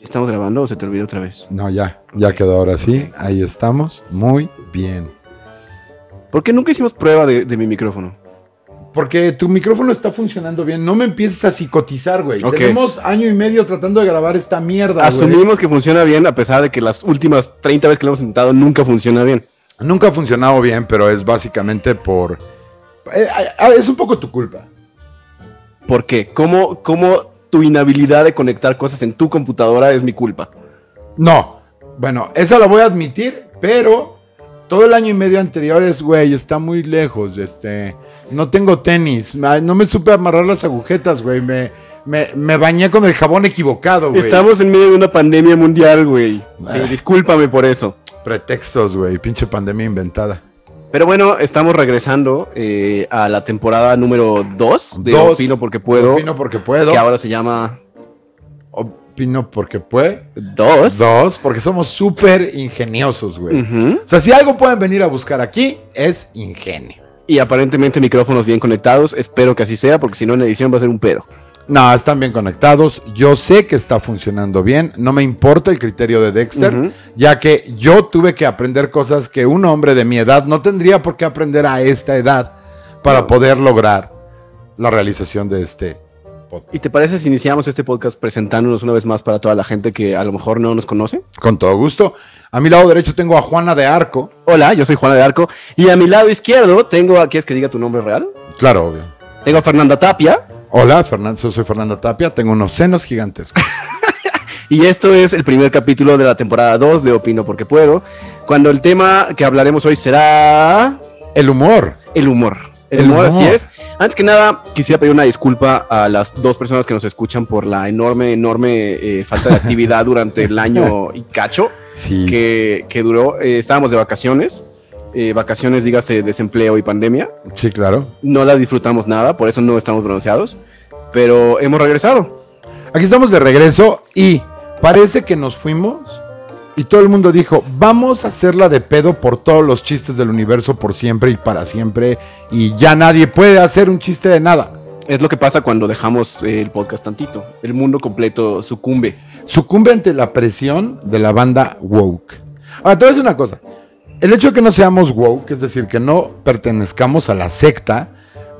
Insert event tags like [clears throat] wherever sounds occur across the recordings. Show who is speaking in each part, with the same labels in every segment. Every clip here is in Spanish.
Speaker 1: ¿Estamos grabando o se te olvidó otra vez?
Speaker 2: No, ya, ya quedó ahora sí. Ahí estamos. Muy bien.
Speaker 1: ¿Por qué nunca hicimos prueba de, de mi micrófono?
Speaker 2: Ah, Porque tu micrófono está funcionando bien. No me empieces a psicotizar, güey.
Speaker 1: Ok.
Speaker 2: Tenemos año y medio tratando de grabar esta mierda, güey.
Speaker 1: Asumimos que funciona bien a pesar de que las últimas 30 veces que lo hemos intentado nunca funciona bien.
Speaker 2: Nunca ha funcionado bien, pero es básicamente por. eh, eh, es un poco tu culpa.
Speaker 1: ¿Por qué? ¿Cómo, ¿Cómo tu inhabilidad de conectar cosas en tu computadora es mi culpa?
Speaker 2: No. Bueno, esa la voy a admitir, pero todo el año y medio anterior es, güey, está muy lejos, este, no tengo tenis, ma- no me supe amarrar las agujetas, güey, me, me, me bañé con el jabón equivocado, güey.
Speaker 1: Estamos en medio de una pandemia mundial, güey. Sí,
Speaker 2: Ah.
Speaker 1: discúlpame por eso.
Speaker 2: Pretextos, güey, pinche pandemia inventada.
Speaker 1: Pero bueno, estamos regresando eh, a la temporada número 2 de
Speaker 2: Dos.
Speaker 1: Opino Porque Puedo,
Speaker 2: Opino porque puedo.
Speaker 1: que ahora se llama
Speaker 2: Opino porque puedo.
Speaker 1: 2.
Speaker 2: Dos, porque somos súper ingeniosos, güey. O sea, si algo pueden venir a buscar aquí, es ingenio.
Speaker 1: Y aparentemente micrófonos bien conectados. Espero que así sea, porque si no en edición va a ser un pedo.
Speaker 2: No, están bien conectados. Yo sé que está funcionando bien. No me importa el criterio de Dexter,
Speaker 1: Ujú.
Speaker 2: ya que yo tuve que aprender cosas que un hombre de mi edad no tendría por qué aprender a esta edad para poder lograr la realización de este podcast.
Speaker 1: ¿Y te parece si iniciamos este podcast presentándonos una vez más para toda la gente que a lo mejor no nos conoce?
Speaker 2: Con todo gusto. A mi lado derecho tengo a Juana de Arco.
Speaker 1: Hola, yo soy Juana de Arco. Y a mi lado izquierdo tengo a. ¿Quieres que diga tu nombre real?
Speaker 2: Claro, obvio.
Speaker 1: Tengo a Fernanda Tapia.
Speaker 2: Hola, Fernando, soy Fernanda Tapia. Tengo unos senos gigantescos.
Speaker 1: Y esto es el primer capítulo de la temporada 2 de Opino Porque Puedo. Cuando el tema que hablaremos hoy será.
Speaker 2: [laughs] El humor.
Speaker 1: El humor. El,
Speaker 2: El
Speaker 1: humor, así
Speaker 2: humor.
Speaker 1: es. Antes que nada, quisiera pedir una disculpa a las dos personas que nos escuchan por la enorme, enorme eh, falta de actividad durante el año y cacho
Speaker 2: Sí.
Speaker 1: que, que duró. Eh, estábamos de vacaciones. Eh, vacaciones, dígase, desempleo y pandemia.
Speaker 2: Sí, claro.
Speaker 1: No las disfrutamos nada, por eso no estamos bronceados. Pero hemos regresado.
Speaker 2: Aquí estamos de regreso y parece que nos fuimos y todo el mundo dijo, vamos a hacerla de pedo por todos los chistes del universo por siempre y para siempre y ya nadie puede hacer un chiste de nada.
Speaker 1: Es lo que pasa cuando dejamos eh, el podcast tantito. El mundo completo sucumbe.
Speaker 2: Sucumbe ante la presión de la banda woke. Ahora, te voy a decir una cosa. El hecho de que no seamos woke, es decir, que no pertenezcamos a la secta,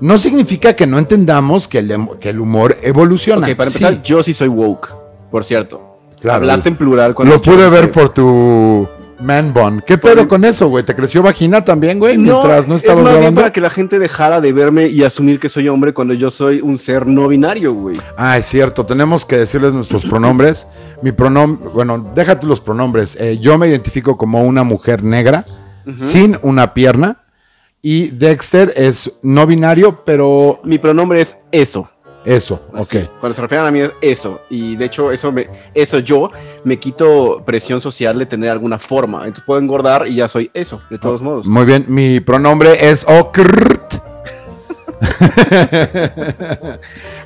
Speaker 2: no significa que no entendamos que el, em- que el humor evoluciona.
Speaker 1: Ok, para empezar,
Speaker 2: Sí,
Speaker 1: yo sí soy woke, por cierto.
Speaker 2: claro.
Speaker 1: Hablaste en plural cuando.
Speaker 2: Lo pude
Speaker 1: quisiste.
Speaker 2: ver por tu man bun. ¿Qué
Speaker 1: Por
Speaker 2: pedo
Speaker 1: mi-
Speaker 2: con eso, güey? ¿Te creció vagina también, güey? mientras no
Speaker 1: es
Speaker 2: estabas
Speaker 1: más bien
Speaker 2: grabando.
Speaker 1: para que la gente dejara de verme y asumir que soy hombre cuando yo soy un ser no binario, güey.
Speaker 2: Ah, es cierto. Tenemos que decirles nuestros pronombres. Mi pronombre, bueno, déjate los pronombres. Eh, yo me identifico como una mujer negra sin una pierna. Y Dexter es no binario, pero
Speaker 1: Mi pronombre es eso.
Speaker 2: eso,
Speaker 1: así.
Speaker 2: ok.
Speaker 1: Cuando se refieren a mí es eso. Y de hecho, eso me, eso yo me quito presión social de tener alguna forma. Entonces puedo engordar y ya soy eso, de todos modos.
Speaker 2: Muy bien, mi pronombre es Okrt. [laughs]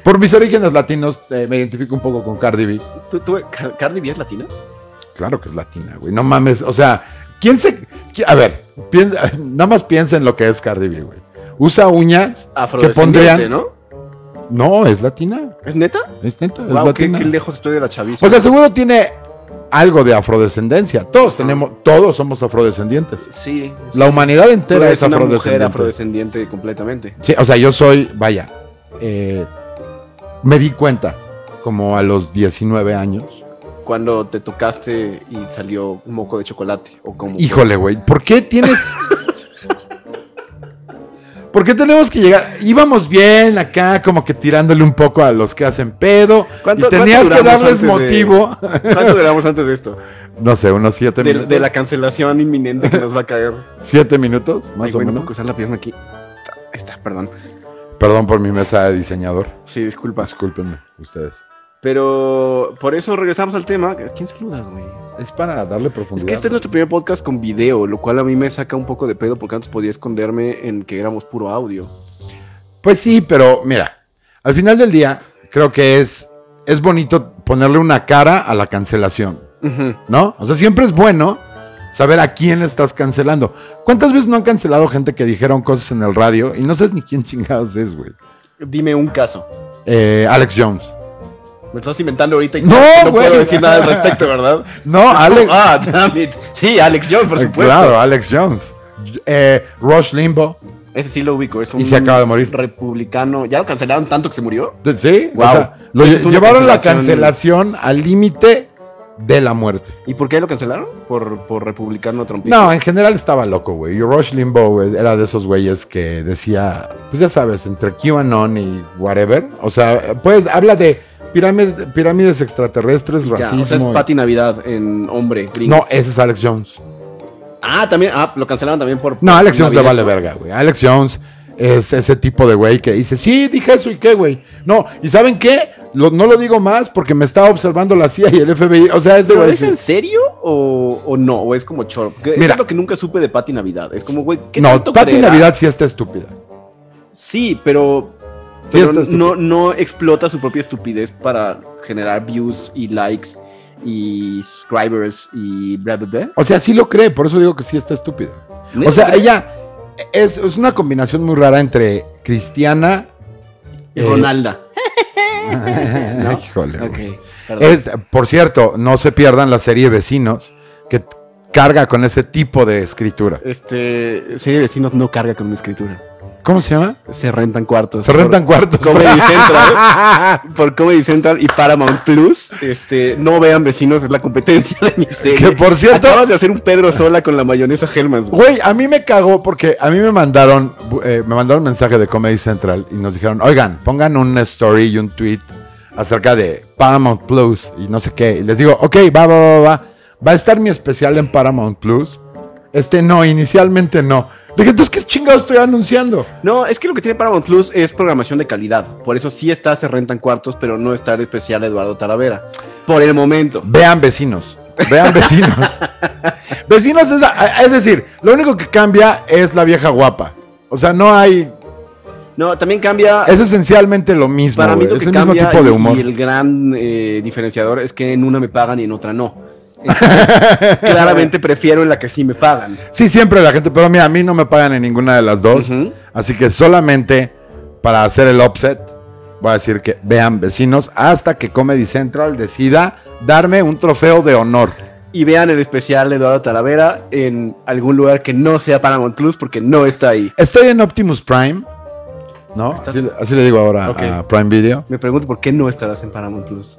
Speaker 2: Por mis orígenes latinos, eh, me identifico un poco con Cardi B.
Speaker 1: ¿Tú, tú, Car- ¿Cardi B es latina?
Speaker 2: Claro que es latina, güey. No mames. O sea, ¿quién se. qui- A ver, piensa- [laughs] nada más piensa en lo que es Cardi B, güey. Usa uñas
Speaker 1: Ah.
Speaker 2: que
Speaker 1: Afrodescendiente,
Speaker 2: pondrían.
Speaker 1: ¿no?
Speaker 2: No, es latina.
Speaker 1: ¿Es neta?
Speaker 2: Es neta, es
Speaker 1: Wow, qué,
Speaker 2: latina.
Speaker 1: qué lejos estoy de la chaviza.
Speaker 2: o sea, seguro tiene algo de afrodescendencia. Todos tenemos, todos somos afrodescendientes.
Speaker 1: sí.
Speaker 2: La humanidad
Speaker 1: Tú
Speaker 2: entera
Speaker 1: eres
Speaker 2: es
Speaker 1: una mujer
Speaker 2: afrodescendiente.
Speaker 1: afrodescendiente completamente.
Speaker 2: Sí, o sea, yo soy, vaya, eh, me di cuenta como a los 19 años.
Speaker 1: cuando te tocaste y salió un moco de chocolate o como
Speaker 2: Híjole, güey, ¿por qué tienes... ¿Por qué tenemos que llegar? Íbamos bien acá, como que tirándole un poco a los que hacen pedo.
Speaker 1: ¿Cuánto-
Speaker 2: Y tenías
Speaker 1: cuánto
Speaker 2: que
Speaker 1: duramos antes
Speaker 2: darles
Speaker 1: de- [laughs]
Speaker 2: motivo.
Speaker 1: ¿Cuánto duramos antes de esto?
Speaker 2: No sé, unos siete
Speaker 1: De,
Speaker 2: minutos.
Speaker 1: de la cancelación inminente que nos va a [laughs] caer.
Speaker 2: Siete minutos, más
Speaker 1: Ay, güey, no
Speaker 2: o
Speaker 1: puedo
Speaker 2: menos.
Speaker 1: cruzar la pierna aquí. Está, está, perdón.
Speaker 2: Perdón por mi mesa de diseñador.
Speaker 1: Sí, disculpa.
Speaker 2: Discúlpenme, ustedes.
Speaker 1: Pero por eso regresamos al tema. ¿A ¿Quién saludas, güey?
Speaker 2: Es para darle
Speaker 1: Es
Speaker 2: profundidad.
Speaker 1: que este es nuestro primer podcast con video, lo cual a mí me saca un poco de pedo porque antes podía esconderme en que éramos puro audio.
Speaker 2: Pues sí, pero mira, al final del día creo que es, es bonito ponerle una cara a la cancelación,
Speaker 1: Ujú.
Speaker 2: ¿no? O sea, siempre es bueno saber a quién estás cancelando. ¿Cuántas veces no han cancelado gente que dijeron cosas en el radio y no sabes ni quién chingados es, güey?
Speaker 1: Dime un caso.
Speaker 2: Eh, Alex Jones.
Speaker 1: Me estás inventando ahorita y
Speaker 2: No, güey.
Speaker 1: puedo decir nada al respecto, [laughs] ¿verdad?
Speaker 2: [laughs] No, Alex.
Speaker 1: Ah, damn it. Sí, Alex Jones, por
Speaker 2: eh,
Speaker 1: supuesto.
Speaker 2: claro, Alex Jones. Eh, Rush Limbo.
Speaker 1: Ese sí lo ubico. Es un
Speaker 2: Y se acaba de morir.
Speaker 1: Republicano. ¿Ya lo cancelaron tanto que se murió?
Speaker 2: De- Sí, o
Speaker 1: Wow.
Speaker 2: sea, lo
Speaker 1: Esa
Speaker 2: lle-
Speaker 1: es una
Speaker 2: llevaron la
Speaker 1: cancelación-
Speaker 2: cancelación al límite de la muerte.
Speaker 1: ¿Y por qué lo cancelaron? Por, por republicano trompista.
Speaker 2: No, en general estaba loco, güey. Y Rush Limbaugh güey, era de esos güeyes que decía, pues ya sabes, entre QAnon y whatever. O sea, pues habla de pirámide- pirámides extraterrestres,
Speaker 1: Ya,
Speaker 2: racismo.
Speaker 1: o sea, es
Speaker 2: y-
Speaker 1: Patty Navidad en hombre gringo.
Speaker 2: No, ese es Alex Jones.
Speaker 1: Ah, también. Ah, lo cancelaron también por.
Speaker 2: No, Alex Jones le
Speaker 1: Navidad.
Speaker 2: vale verga, güey. Alex Jones es ese tipo de güey que dice, sí, dije eso y qué, güey. No, ¿y saben qué? Lo- no lo digo más porque me está observando la CIA y el FBI. O sea, ese
Speaker 1: ¿Pero
Speaker 2: güey.
Speaker 1: es
Speaker 2: sí.
Speaker 1: en serio o, o no? ¿O es como chorro? Porque
Speaker 2: Mira.
Speaker 1: Es lo que nunca supe de Patty Navidad. Es como, güey, ¿qué
Speaker 2: No,
Speaker 1: tanto
Speaker 2: Patty
Speaker 1: creerá?
Speaker 2: Navidad sí está estúpida.
Speaker 1: Sí, pero.
Speaker 2: Sí
Speaker 1: pero
Speaker 2: está estúpida.
Speaker 1: no, no explota su propia estupidez para generar views y likes y subscribers y bla, bla, bla.
Speaker 2: O sea, sí lo cree, por eso digo que sí está estúpida.
Speaker 1: ¿Neta?
Speaker 2: O sea, ella es, es una combinación muy rara entre
Speaker 1: [laughs]
Speaker 2: cristiana
Speaker 1: Y
Speaker 2: eh,
Speaker 1: Ronalda.
Speaker 2: [laughs] Híjole, güey.
Speaker 1: Ok, perdón.
Speaker 2: eh, Es- por cierto, no se pierdan la serie Vecinos, que t- carga con ese tipo de escritura.
Speaker 1: Este, serie de vecinos no carga con mi escritura.
Speaker 2: ¿Cómo se llama?
Speaker 1: Se rentan cuartos.
Speaker 2: Se rentan cuartos.
Speaker 1: Comedy
Speaker 2: [laughs]
Speaker 1: Central. Por Comedy Central y Paramount Plus. Este, no vean vecinos, es la competencia de mi serie.
Speaker 2: Que, por cierto-
Speaker 1: Acabas de hacer un Pedro Sola con la mayonesa Helmans. güey.
Speaker 2: Güey, a mí me cagó porque a mí me mandaron, eh, me mandaron un mensaje de Comedy Central y nos dijeron, oigan, pongan una story y un tweet acerca de Paramount Plus y no sé qué. Y les digo, ok, va, va, va, va. Va a estar mi especial en Paramount Plus. Este no, inicialmente no. Dije, entonces, ¿qué chingados estoy anunciando?
Speaker 1: No, es que lo que tiene Paramount Plus es programación de calidad. Por eso sí está Se rentan cuartos, pero no está el especial Eduardo Talavera. Por el momento.
Speaker 2: Vean vecinos.
Speaker 1: [laughs]
Speaker 2: Vean vecinos. vecinos es, la- es decir, lo único que cambia es la vieja guapa. O sea, no hay.
Speaker 1: No, también cambia.
Speaker 2: Es esencialmente lo mismo.
Speaker 1: Para mí
Speaker 2: güey.
Speaker 1: lo
Speaker 2: es
Speaker 1: que
Speaker 2: el mismo
Speaker 1: cambia
Speaker 2: tipo de
Speaker 1: y-
Speaker 2: humor.
Speaker 1: y el gran eh, diferenciador es que en una me pagan y en otra no. [laughs] Entonces, claramente prefiero en la que sí me pagan.
Speaker 2: Sí, siempre la gente, pero mira, a mí no me pagan en ninguna de las dos.
Speaker 1: Ujú.
Speaker 2: Así que solamente para hacer el offset, voy a decir que vean vecinos hasta que Comedy Central decida darme un trofeo de honor.
Speaker 1: Y vean el especial de Eduardo Talavera en algún lugar que no sea Paramount Plus porque no está ahí.
Speaker 2: Estoy en Optimus Prime, ¿no?
Speaker 1: Estás-
Speaker 2: Así, así le digo ahora
Speaker 1: Ok.
Speaker 2: a Prime Video.
Speaker 1: Me pregunto por qué no estarás en Paramount Plus.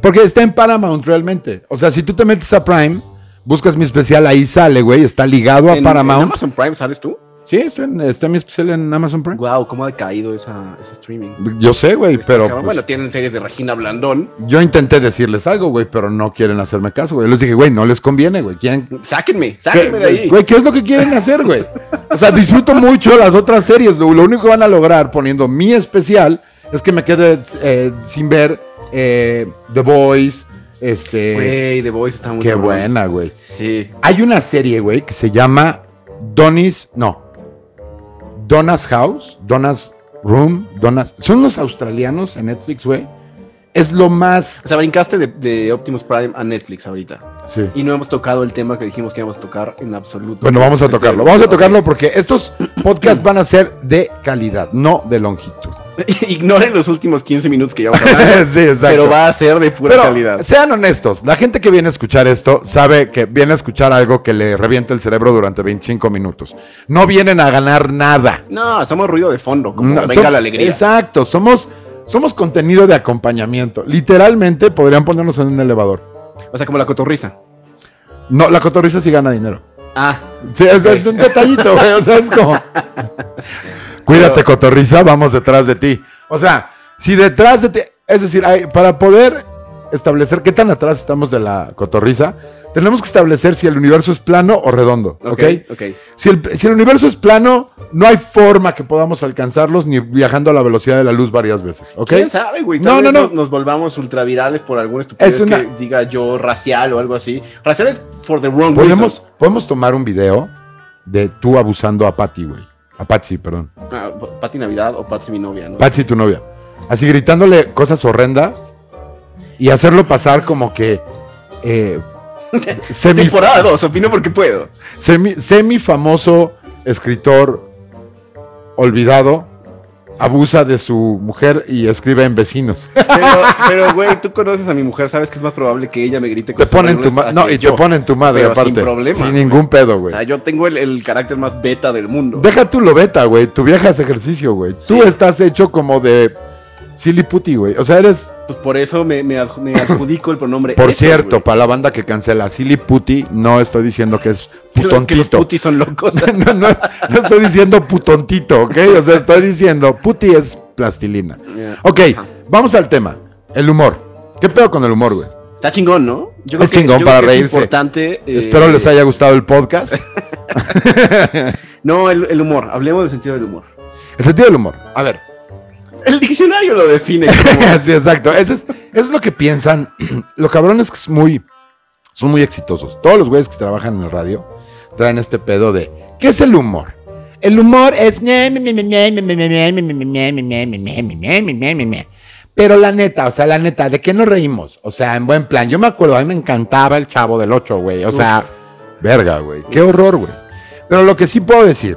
Speaker 2: Porque está en Paramount realmente. O sea, si tú te metes a Prime, buscas mi especial, ahí sale, güey. Está ligado a
Speaker 1: ¿En, en
Speaker 2: Paramount.
Speaker 1: Amazon Prime sales tú?
Speaker 2: sí, estoy en- está mi especial en Amazon Prime.
Speaker 1: Wow, cómo ha caído esa, ese streaming.
Speaker 2: Yo sé, güey,
Speaker 1: Está
Speaker 2: pero...
Speaker 1: cabrón.
Speaker 2: pues,
Speaker 1: Bueno, tienen series de Regina Blandón.
Speaker 2: Yo intenté decirles algo, güey, pero no quieren hacerme caso, güey. Les dije, güey, no les conviene, güey. ¿Quieren...
Speaker 1: Sáquenme, sáquenme de ahí.
Speaker 2: Güey, ¿qué es lo que quieren hacer, güey? O sea, disfruto mucho las otras series. Lo, lo único que van a lograr poniendo mi especial es que me quede eh, sin ver eh, The Voice. Este.
Speaker 1: Güey, The Voice está muy
Speaker 2: qué
Speaker 1: cabrón.
Speaker 2: buena, güey.
Speaker 1: Sí.
Speaker 2: Hay una serie, güey, que se llama Donny's. No. Donna's House. Donna's Room. Donna's. Son los australianos en Netflix, güey. Es lo más.
Speaker 1: O sea, brincaste de, de Optimus Prime a Netflix ahorita.
Speaker 2: Sí.
Speaker 1: Y no hemos tocado el tema que dijimos que íbamos a tocar en absoluto.
Speaker 2: Bueno, vamos a tocarlo. Vamos a tocarlo porque estos podcasts van a ser de calidad, no de longitud.
Speaker 1: [laughs] Ignoren los últimos 15 minutos que llevamos hablando.
Speaker 2: [laughs] Sí, exacto.
Speaker 1: Pero va a ser de pura
Speaker 2: Pero
Speaker 1: calidad.
Speaker 2: sean honestos, la gente que viene a escuchar esto sabe que viene a escuchar algo que le revienta el cerebro durante 25 minutos. No vienen a ganar nada.
Speaker 1: No, somos ruido de fondo, como
Speaker 2: No,
Speaker 1: venga
Speaker 2: som-
Speaker 1: la alegría.
Speaker 2: Exacto, somos, somos contenido de acompañamiento. Literalmente podrían ponernos en un elevador.
Speaker 1: O sea, como la cotorriza.
Speaker 2: No, la cotorriza sí gana dinero.
Speaker 1: Ah,
Speaker 2: Sí, es, es un detallito, güey. O sea, es como. Cuídate,
Speaker 1: Pero-
Speaker 2: cotorriza, vamos detrás de ti. O sea, si detrás de ti. Es decir, hay- para poder establecer qué tan atrás estamos de la cotorriza, tenemos que establecer si el universo es plano o redondo. ¿Ok?
Speaker 1: ok, ok.
Speaker 2: Si, el, si el universo es plano, no hay forma que podamos alcanzarlos ni viajando a la velocidad de la luz varias veces. ¿Ok?
Speaker 1: ¿Quién sabe, güey? Tal
Speaker 2: No,
Speaker 1: vez
Speaker 2: no, no.
Speaker 1: Nos, nos volvamos ultravirales por alguna estupidez
Speaker 2: Es una-
Speaker 1: que diga yo racial o algo así. Racial es for the wrong
Speaker 2: ¿Podemos,
Speaker 1: reasons.
Speaker 2: podemos tomar un video de tú abusando a Patty, güey. A Patsy, perdón.
Speaker 1: Ah, Pati Navidad o Patsy mi novia, ¿no?
Speaker 2: Patsy, tu novia. Así gritándole cosas horrendas y hacerlo pasar como que.
Speaker 1: [laughs]
Speaker 2: eh, semi,
Speaker 1: Temporada 2, opino porque puedo.
Speaker 2: semi- semifamoso escritor olvidado abusa de su mujer y escribe
Speaker 1: [laughs]
Speaker 2: en vecinos. [laughs]
Speaker 1: Pero, pero, güey, tú conoces a mi mujer, sabes que es más probable que ella me grite
Speaker 2: Te
Speaker 1: cosas
Speaker 2: ponen tu
Speaker 1: horribles
Speaker 2: ma-
Speaker 1: a
Speaker 2: no,
Speaker 1: que
Speaker 2: y te
Speaker 1: yo.
Speaker 2: ponen tu madre
Speaker 1: Pero sin
Speaker 2: aparte. Sin,
Speaker 1: problema, güey.
Speaker 2: ningún pedo,
Speaker 1: O
Speaker 2: güey.
Speaker 1: sea, yo tengo el, el carácter más beta del mundo.
Speaker 2: Deja tú lo beta, güey. Tu viaje es ejercicio, güey.
Speaker 1: Sí.
Speaker 2: Tú estás hecho como de silly puti, güey. O sea, eres
Speaker 1: Pues por eso me, me adju- me adjudico el pronombre.
Speaker 2: Por
Speaker 1: eso,
Speaker 2: cierto,
Speaker 1: güey.
Speaker 2: para la banda que cancela Silly Puti, no estoy diciendo que es
Speaker 1: [laughs] Que los- Que los
Speaker 2: putontito.
Speaker 1: putis son locos.
Speaker 2: [laughs] no, no, no estoy diciendo putontito, ¿ok? O sea, estoy diciendo puti es plastilina.
Speaker 1: Yeah.
Speaker 2: Ok, vamos al tema. El humor. ¿Qué pedo con el humor, güey?
Speaker 1: [laughs] Está chingón, ¿no? Yo
Speaker 2: Es chingón para
Speaker 1: que es
Speaker 2: reírse.
Speaker 1: importante. eh,
Speaker 2: Espero les haya gustado
Speaker 1: [laughs]
Speaker 2: el podcast.
Speaker 1: No, el, el humor. Hablemos del sentido del humor.
Speaker 2: El sentido del humor. A ver.
Speaker 1: El diccionario lo define como
Speaker 2: sí, exacto. Eso es, eso es lo que piensan. [clears throat] Lo cabrón es que es muy, son muy exitosos. Todos los güeyes que trabajan en el radio traen este pedo de ¿qué es el humor? El humor es pero la neta, o sea, la neta, ¿de qué nos reímos? O sea, en buen plan. Yo me acuerdo, a mí me encantaba el chavo del 8, güey. [laughs] O sea, verga, güey. Qué horror, güey. Pero lo que sí puedo decir,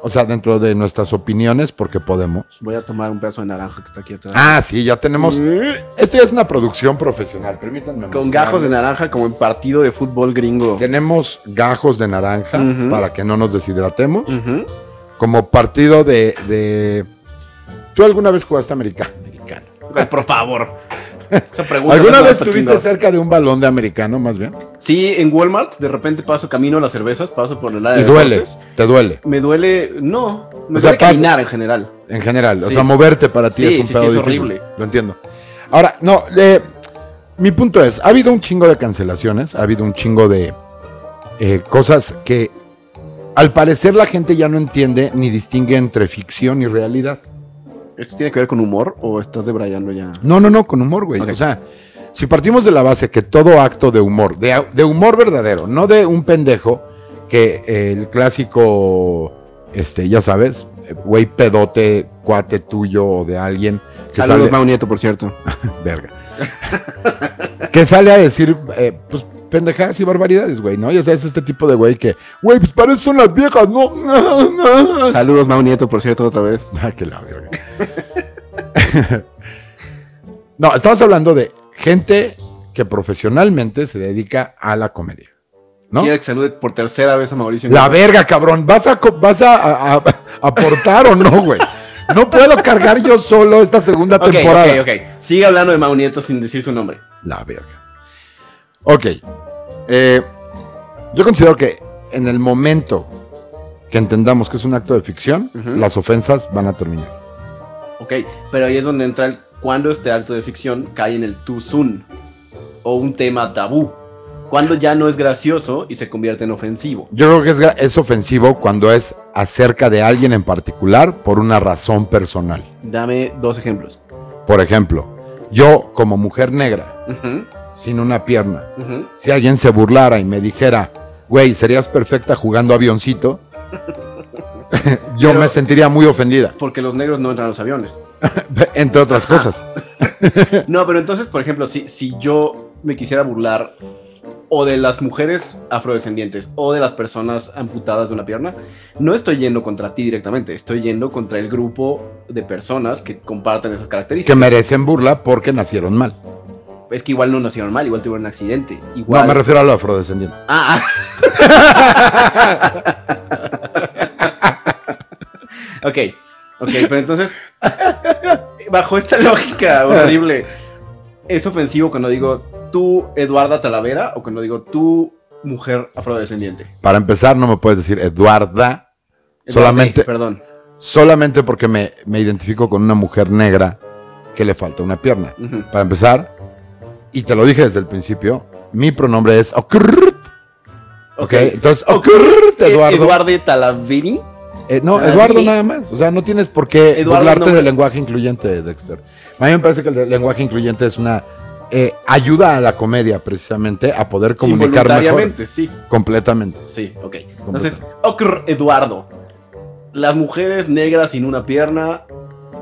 Speaker 2: o sea, dentro de nuestras opiniones, porque podemos.
Speaker 1: Voy a tomar un pedazo de naranja que está aquí atrás.
Speaker 2: Ah, sí, ya tenemos.
Speaker 1: Mm,
Speaker 2: Esto ya es una producción profesional, permítanme.
Speaker 1: Con
Speaker 2: mostrar.
Speaker 1: gajos de naranja como en partido de fútbol gringo.
Speaker 2: Tenemos gajos de naranja
Speaker 1: Ujú.
Speaker 2: para que no nos deshidratemos.
Speaker 1: Ujú.
Speaker 2: Como partido de, de- ¿Tú alguna vez jugaste americano? americano.
Speaker 1: Ay, Por
Speaker 2: [laughs]
Speaker 1: favor. Esa pregunta
Speaker 2: ¿Alguna
Speaker 1: no
Speaker 2: vez
Speaker 1: está
Speaker 2: estuviste
Speaker 1: chingada.
Speaker 2: cerca de un balón de americano, más bien?
Speaker 1: Sí, en Walmart de repente paso camino a las cervezas, paso por el área
Speaker 2: Y
Speaker 1: de
Speaker 2: duele,
Speaker 1: deportes.
Speaker 2: te duele,
Speaker 1: Me duele, no, me
Speaker 2: O sea,
Speaker 1: duele
Speaker 2: pasa-
Speaker 1: caminar en general.
Speaker 2: en general. O
Speaker 1: Sí.
Speaker 2: sea, moverte para ti
Speaker 1: Sí,
Speaker 2: es un
Speaker 1: sí, sí,
Speaker 2: pedo
Speaker 1: es
Speaker 2: difícil.
Speaker 1: horrible.
Speaker 2: Lo entiendo. Ahora, no, eh, mi punto es, ha habido un chingo de cancelaciones, ha habido un chingo de eh, cosas que al parecer la gente ya no entiende ni distingue entre ficción y realidad.
Speaker 1: ¿Esto tiene que ver con humor o estás debrayando ya?
Speaker 2: No, no, no, con humor, güey.
Speaker 1: Ok.
Speaker 2: O sea, si partimos de la base que todo acto de humor, de, de humor verdadero, no de un pendejo que eh, el clásico, este, ya sabes, eh, güey pedote, cuate tuyo o de alguien que
Speaker 1: Saludos,
Speaker 2: sale,
Speaker 1: Mau Nieto, por cierto.
Speaker 2: verga, que sale a decir, eh, pues pendejadas y barbaridades, güey, ¿no? Ya sabes, este tipo de güey que, güey, pues para eso son las viejas, ¿no?
Speaker 1: Saludos, Mau Nieto, por cierto, otra vez.
Speaker 2: [laughs] Ah, que la verga. [laughs] no, estamos hablando de gente que profesionalmente se dedica a la comedia. ¿No?
Speaker 1: Quiero que salude por tercera vez a Mauricio.
Speaker 2: La
Speaker 1: Nieto.
Speaker 2: verga, cabrón. ¿Vas a co- vas a- a- a- aportar o no, güey? No puedo cargar yo solo esta segunda
Speaker 1: Ok, ok,
Speaker 2: temporada.
Speaker 1: ok. Sigue hablando de Mau Nieto sin decir su nombre.
Speaker 2: La verga. Ok. eh, yo considero que en el momento que entendamos que es un acto de ficción,
Speaker 1: Ujú.
Speaker 2: las ofensas van a terminar.
Speaker 1: Ok, pero ahí es donde entra el cuando este acto de ficción cae en el tú soon o un tema tabú. Cuando ya no es gracioso y se convierte en ofensivo.
Speaker 2: Yo creo que es, gra- es ofensivo cuando es acerca de alguien en particular por una razón personal.
Speaker 1: Dame dos ejemplos.
Speaker 2: Por ejemplo, yo como mujer negra,
Speaker 1: Ujú,
Speaker 2: sin una pierna,
Speaker 1: ujú.
Speaker 2: si alguien se burlara y me dijera, güey, serías perfecta jugando avioncito, [laughs] yo
Speaker 1: Pero-
Speaker 2: me sentiría muy ofendida, [laughs]
Speaker 1: Porque los negros no entran a los aviones.
Speaker 2: entre otras cosas.
Speaker 1: No, pero entonces, por ejemplo, si, si yo me quisiera burlar o de las mujeres afrodescendientes o de las personas amputadas de una pierna, no estoy yendo contra ti directamente, estoy yendo contra el grupo de personas que comparten esas
Speaker 2: Que
Speaker 1: características.
Speaker 2: merecen burla porque nacieron mal.
Speaker 1: Es que igual no nacieron mal, igual tuvieron un accidente.
Speaker 2: No,
Speaker 1: Igual...
Speaker 2: me refiero a lo afrodescendiente.
Speaker 1: Ah, [laughs] ah. ok, ok, pero entonces, bajo esta lógica horrible, es ofensivo cuando digo tú, Eduarda Talavera, o cuando digo tú, mujer afrodescendiente.
Speaker 2: Para empezar, no me puedes decir Eduarda,
Speaker 1: Eduarda,
Speaker 2: Solamente-
Speaker 1: Perdón.
Speaker 2: solamente porque me, me identifico con una mujer negra que le falta una pierna.
Speaker 1: Ujú.
Speaker 2: Para empezar, y te lo dije desde el principio, mi pronombre es Okrrt. Ok,
Speaker 1: Ok.
Speaker 2: entonces
Speaker 1: Ok.
Speaker 2: Okrrt,
Speaker 1: Eh,
Speaker 2: Eduardo.
Speaker 1: Eduardo Talaveri.
Speaker 2: Eh, no,
Speaker 1: Talavini.
Speaker 2: Eduardo nada más. O sea, no tienes por qué
Speaker 1: Eduardo,
Speaker 2: burlarte
Speaker 1: no,
Speaker 2: del
Speaker 1: me-
Speaker 2: lenguaje incluyente, Dexter. A mí me parece que el de- lenguaje incluyente es una eh, ayuda a la comedia, precisamente, a poder comunicar mejor.
Speaker 1: Involuntariamente, sí.
Speaker 2: Completamente.
Speaker 1: Sí, ok. Entonces, Ocr Eduardo. Las mujeres negras sin una pierna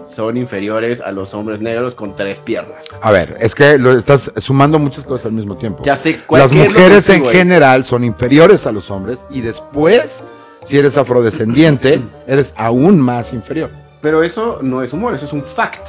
Speaker 1: son inferiores a los hombres negros con tres piernas.
Speaker 2: A ver, es que lo estás sumando muchas cosas al mismo tiempo.
Speaker 1: Ya sé cuál
Speaker 2: Las
Speaker 1: qué es lo
Speaker 2: mujeres en
Speaker 1: ofensivo ahí.
Speaker 2: general son inferiores a
Speaker 1: [laughs]
Speaker 2: los hombres y después, si eres afrodescendiente, eres aún más inferior.
Speaker 1: Pero eso no es humor, eso es un fact.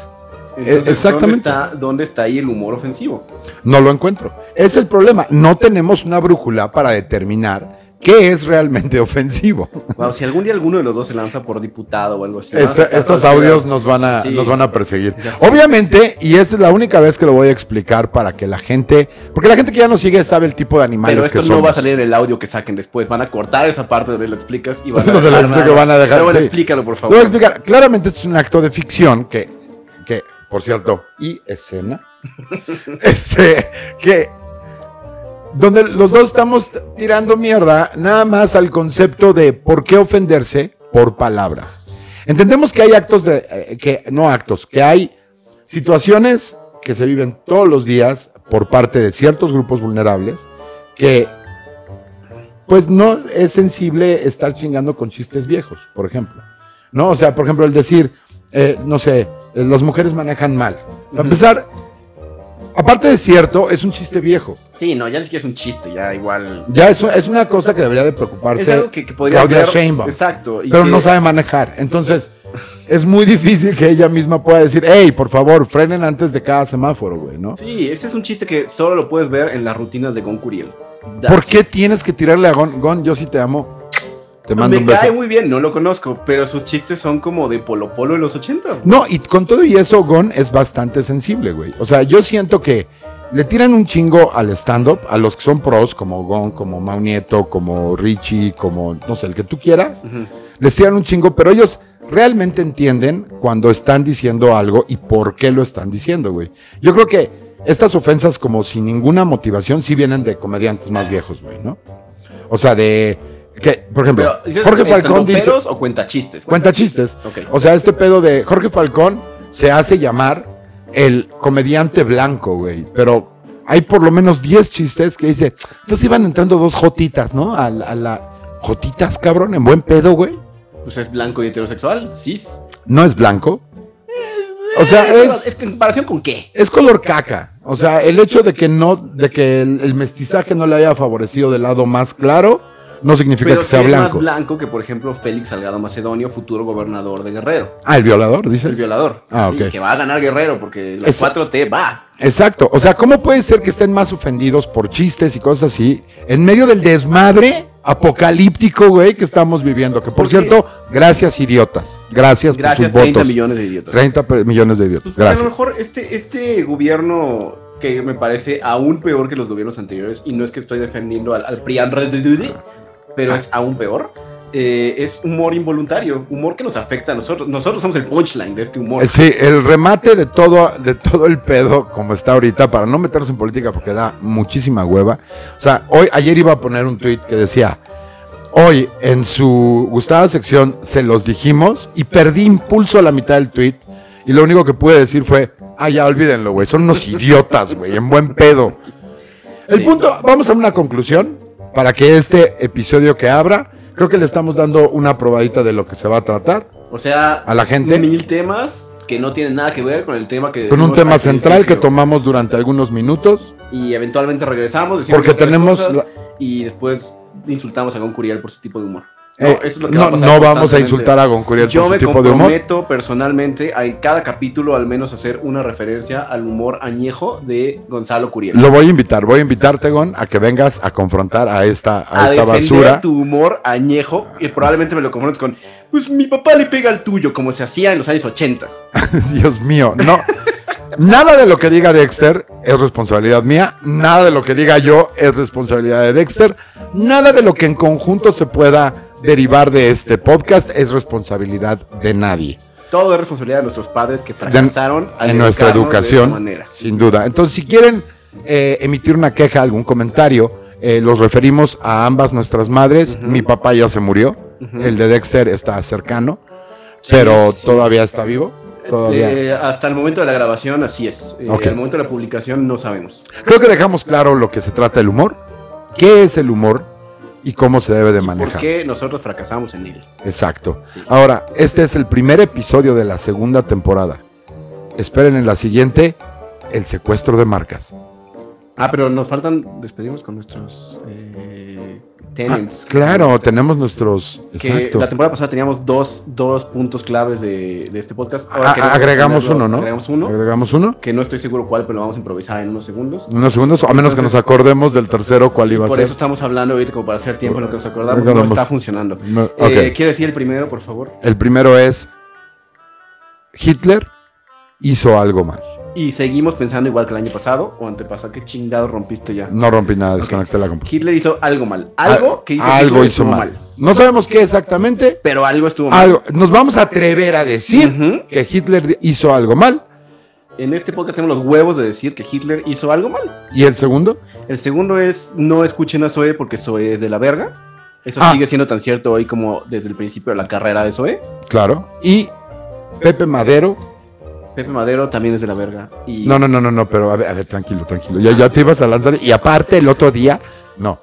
Speaker 2: Eh, exactamente.
Speaker 1: ¿dónde está, ¿Dónde está ahí el humor ofensivo?
Speaker 2: No lo encuentro. Es el problema. No tenemos una brújula para determinar qué es realmente [laughs] ofensivo.
Speaker 1: Wow, si algún día alguno de los dos se lanza por diputado o algo así.
Speaker 2: Esta-
Speaker 1: ¿no?
Speaker 2: estos
Speaker 1: Claro,
Speaker 2: audios nos van, a,
Speaker 1: Sí.
Speaker 2: nos van a perseguir.
Speaker 1: Ya sé.
Speaker 2: Obviamente, y esta es la única vez que lo voy a explicar para que la gente, porque la gente que ya nos sigue sabe el tipo de animales
Speaker 1: Pero
Speaker 2: que
Speaker 1: esto
Speaker 2: somos.
Speaker 1: no va a salir en el audio que saquen después. Van a cortar esa parte donde lo explicas y van a
Speaker 2: [laughs] Donde lo explico, van a dejar,
Speaker 1: Pero bueno,
Speaker 2: sí.
Speaker 1: explícalo, por
Speaker 2: Lo voy a
Speaker 1: favor.
Speaker 2: explicar. Claramente esto es un acto de ficción que, que por cierto, y escena. [laughs] este, que donde los dos estamos t- tirando mierda nada más al concepto de por qué ofenderse por palabras. Entendemos que hay actos de, eh, que, no actos, que hay situaciones que se viven todos los días por parte de ciertos grupos vulnerables que pues no es sensible estar chingando con chistes viejos, por ejemplo. ¿No? O sea, por ejemplo, el decir, eh, no sé, eh, las mujeres manejan mal. Para empezar, aparte de cierto, es un chiste viejo.
Speaker 1: Sí, no, ya ni siquiera es un chiste, ya igual.
Speaker 2: Ya es, es una cosa que debería de preocuparse.
Speaker 1: Es algo que, que podría
Speaker 2: Claudia
Speaker 1: ver-
Speaker 2: Sheinbaum.
Speaker 1: Exacto. y
Speaker 2: pero
Speaker 1: que-
Speaker 2: no sabe manejar. Entonces, es muy difícil que ella misma pueda decir, hey, por favor, frenen antes de cada semáforo, güey, ¿no?
Speaker 1: Sí, ese es un chiste que solo lo puedes ver en las rutinas de Gon Curiel. That's
Speaker 2: ¿Por qué tienes que tirarle a Gon? Gon, yo sí te amo. Te mando
Speaker 1: me
Speaker 2: un beso.
Speaker 1: cae muy bien, no lo conozco, pero sus chistes son como de Polo Polo en los ochentas.
Speaker 2: No, y con todo y eso, Gon es bastante sensible, güey. O sea, yo siento que le tiran un chingo al stand-up, a los que son pros, como Gon, como Mau Nieto, como Richie, como, no sé, el que tú quieras.
Speaker 1: Ujú.
Speaker 2: Les tiran un chingo, pero ellos realmente entienden cuando están diciendo algo y por qué lo están diciendo, güey. Yo creo que estas ofensas, como sin ninguna motivación, sí vienen de comediantes más viejos, güey, ¿no? O sea, de. Que, por ejemplo,
Speaker 1: Pero, ¿dices
Speaker 2: Jorge Falcón dice.
Speaker 1: estandoperos o cuenta chistes?
Speaker 2: Cuenta chistes.
Speaker 1: Ok.
Speaker 2: O sea, este pedo de Jorge Falcón se hace llamar el comediante blanco, güey. Pero hay por lo menos 10 chistes que dice, entonces iban entrando dos jotitas, ¿no? A, la- a la... ¿Jotitas, cabrón? ¿En buen pedo, güey?
Speaker 1: Pues es blanco y heterosexual, cis.
Speaker 2: No es blanco. O sea,
Speaker 1: Eh,
Speaker 2: es,
Speaker 1: ¿Es que en comparación con qué?
Speaker 2: es color caca. O sea, el hecho de que no, de que el, el mestizaje no le haya favorecido del lado más claro, no significa
Speaker 1: Pero
Speaker 2: que
Speaker 1: sí
Speaker 2: sea
Speaker 1: es más
Speaker 2: blanco.
Speaker 1: blanco que, por ejemplo, Félix Salgado Macedonio, futuro gobernador de Guerrero.
Speaker 2: Ah, el violador, dice
Speaker 1: El violador.
Speaker 2: Ah,
Speaker 1: Sí,
Speaker 2: ok.
Speaker 1: que va a ganar Guerrero porque la
Speaker 2: Es- Pues,
Speaker 1: 4T va.
Speaker 2: Exacto. O sea, ¿cómo puede ser que estén más ofendidos por chistes y cosas así en medio del desmadre apocalíptico, güey, que estamos viviendo? Que por
Speaker 1: Porque-
Speaker 2: cierto, gracias, idiotas. Gracias,
Speaker 1: Gracias,
Speaker 2: por pues, sus
Speaker 1: 30
Speaker 2: votos.
Speaker 1: millones de idiotas.
Speaker 2: 30 pe- millones de idiotas.
Speaker 1: Pues, a lo
Speaker 2: Gracias.
Speaker 1: mejor este, este gobierno que me parece aún peor que los gobiernos anteriores, y no es que estoy defendiendo al, al PRIAN, pero es aún peor, eh, es humor involuntario, humor que nos afecta a nosotros. Nosotros somos el punchline de este humor.
Speaker 2: Eh, Sí, el remate de todo, de todo el pedo como está ahorita, para no meternos en política porque da muchísima hueva. O sea, hoy, ayer iba a poner un tweet que decía, hoy en su gustada sección se los dijimos y perdí impulso a la mitad del tweet y lo único que pude decir fue, ah, ya olvídenlo, güey, son unos idiotas, güey, en buen pedo. El
Speaker 1: Sí.
Speaker 2: punto, vamos a una conclusión para que este episodio que abra, creo que le estamos dando una probadita de lo que se va a tratar.
Speaker 1: O sea,
Speaker 2: A la gente.
Speaker 1: mil temas que no tienen nada que ver con el tema que
Speaker 2: con un
Speaker 1: decimos
Speaker 2: tema
Speaker 1: al
Speaker 2: central que
Speaker 1: principio.
Speaker 2: tomamos durante algunos minutos.
Speaker 1: Y eventualmente regresamos, decimos
Speaker 2: Porque
Speaker 1: otras
Speaker 2: tenemos
Speaker 1: cosas,
Speaker 2: la-
Speaker 1: Y después insultamos a Gon Curiel por su tipo de humor.
Speaker 2: eh,
Speaker 1: eso es lo que va
Speaker 2: no,
Speaker 1: a pasar
Speaker 2: no vamos a
Speaker 1: constantemente.
Speaker 2: insultar a Goncuriel
Speaker 1: Yo
Speaker 2: por
Speaker 1: me
Speaker 2: su tipo de humor.
Speaker 1: comprometo personalmente a en cada capítulo al menos hacer una referencia al humor añejo de Gonzalo Curiel.
Speaker 2: Lo voy a invitar, voy a invitarte, Gon, a que vengas a confrontar a esta, a esta
Speaker 1: defender
Speaker 2: basura.
Speaker 1: tu humor añejo y probablemente me lo confrontes con pues mi papá le pega al tuyo como se hacía en los años 80
Speaker 2: [laughs] Dios mío, no. Nada de lo que diga Dexter es responsabilidad mía. Nada de lo que diga yo es responsabilidad de Dexter. Nada de lo que en conjunto se pueda derivar de este podcast es responsabilidad de nadie.
Speaker 1: todo es responsabilidad de nuestros padres que fracasaron al
Speaker 2: en nuestra
Speaker 1: educarnos de esa
Speaker 2: educación,
Speaker 1: manera.
Speaker 2: sin duda. Entonces, si quieren eh, emitir una queja, algún comentario, eh, los referimos a ambas nuestras madres. Mi papá ya se murió, el de Dexter está cercano, pero
Speaker 1: sí, sí.
Speaker 2: todavía está vivo. Todavía.
Speaker 1: Eh, hasta el momento de la grabación así es Eh,
Speaker 2: Ok.
Speaker 1: al momento de la publicación no sabemos
Speaker 2: Creo que dejamos claro lo que se trata el humor, qué es el humor y cómo se debe de
Speaker 1: por
Speaker 2: manejar.
Speaker 1: qué nosotros fracasamos en él
Speaker 2: Exacto.
Speaker 1: Sí.
Speaker 2: Ahora, este es el primer episodio de la segunda temporada. Esperen en la siguiente, el secuestro de marcas.
Speaker 1: Ah, pero nos faltan, despedimos con nuestros eh, tenants.
Speaker 2: Ah, claro, tenemos nuestros.
Speaker 1: Que
Speaker 2: exacto.
Speaker 1: la temporada pasada teníamos dos, dos puntos claves de, de este podcast. Ahora
Speaker 2: A-
Speaker 1: queremos
Speaker 2: Ah, agregamos
Speaker 1: tenerlo-
Speaker 2: uno, ¿no?
Speaker 1: Agregamos uno,
Speaker 2: Agregamos uno.
Speaker 1: que no estoy seguro cuál, pero lo vamos a improvisar en unos segundos.
Speaker 2: Unos segundos, a menos que nos
Speaker 1: Entonces-
Speaker 2: acordemos del tercero cuál iba a
Speaker 1: Por
Speaker 2: ser.
Speaker 1: eso estamos hablando ahorita, como para hacer tiempo en lo que nos acordamos. No
Speaker 2: Acordamos.
Speaker 1: está funcionando.
Speaker 2: No, ok.
Speaker 1: Eh, ¿Quiere decir el primero, por favor?
Speaker 2: El primero es Hitler hizo algo mal.
Speaker 1: Y seguimos pensando igual que el año pasado o antepasado. ¿Qué chingado rompiste ya?
Speaker 2: No rompí nada, desconecté la computadora.
Speaker 1: Hitler hizo algo mal. Algo que hizo
Speaker 2: algo
Speaker 1: Hitler
Speaker 2: hizo
Speaker 1: estuvo
Speaker 2: mal. No sabemos qué exactamente.
Speaker 1: Pero algo estuvo mal.
Speaker 2: Algo. Nos vamos a atrever a decir
Speaker 1: Ujú.
Speaker 2: que Hitler hizo algo mal.
Speaker 1: En este podcast tenemos los huevos de decir que Hitler hizo algo mal.
Speaker 2: ¿Y el segundo?
Speaker 1: El segundo es no escuchen a Zoe porque Zoe es de la verga. Eso
Speaker 2: Ah.
Speaker 1: sigue siendo tan cierto hoy como desde el principio de la carrera de Zoe.
Speaker 2: Claro. Y Pepe Madero.
Speaker 1: Pepe Madero también es de la verga. Y
Speaker 2: No, no, no, no, no, pero a ver, a ver, tranquilo, tranquilo. Ya, ya te ibas a lanzar. Y aparte, el otro día, no.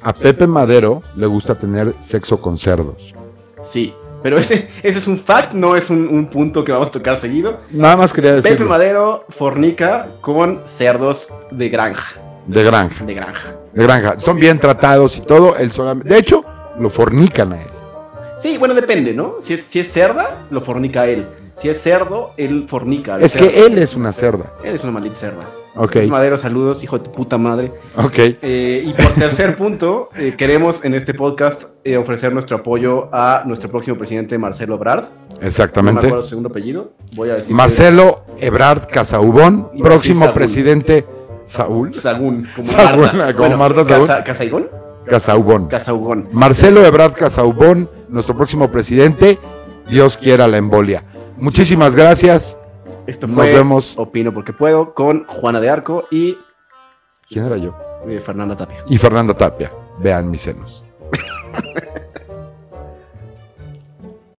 Speaker 2: A Pepe Madero le gusta tener sexo con cerdos.
Speaker 1: Sí. Pero ese, ese es un fact, no es un, un punto que vamos a tocar seguido.
Speaker 2: Nada más quería
Speaker 1: Pepe
Speaker 2: decir
Speaker 1: Madero fornica con cerdos de granja.
Speaker 2: de granja,
Speaker 1: De granja.
Speaker 2: de granja. Son bien tratados y todo. Él solamente, de hecho, lo fornican a él.
Speaker 1: Sí, bueno, depende, ¿no? Si es, si es cerda, lo fornica él. Si es cerdo, él fornica. al
Speaker 2: Es
Speaker 1: cerdo.
Speaker 2: que él es una cerda.
Speaker 1: Eres una maldita cerda.
Speaker 2: Ok,
Speaker 1: Madero, saludos, hijo de tu puta madre.
Speaker 2: ok.
Speaker 1: Eh, y por tercer punto, eh, queremos en este podcast eh, ofrecer nuestro apoyo a nuestro próximo presidente, Marcelo Ebrard. No me
Speaker 2: Exactamente.
Speaker 1: acuerdo su segundo apellido. Voy a decir.
Speaker 2: Marcelo Ebrard Casaubón,
Speaker 1: Y
Speaker 2: próximo
Speaker 1: Saúl.
Speaker 2: presidente. Saúl.
Speaker 1: Sagún, como
Speaker 2: Sagún,
Speaker 1: Marta.
Speaker 2: como Marta Sagún.
Speaker 1: Casa- Casaigón.
Speaker 2: Casaubón.
Speaker 1: Casaugón.
Speaker 2: Marcelo Ebrard Casaubón, nuestro próximo presidente. Dios quiera la embolia. Muchísimas gracias.
Speaker 1: Esto
Speaker 2: Nos
Speaker 1: fue
Speaker 2: vemos.
Speaker 1: Opino porque puedo con Juana de Arco y
Speaker 2: ¿Quién era yo?
Speaker 1: eh, Fernanda Tapia.
Speaker 2: Y Fernanda Tapia. Vean mis senos.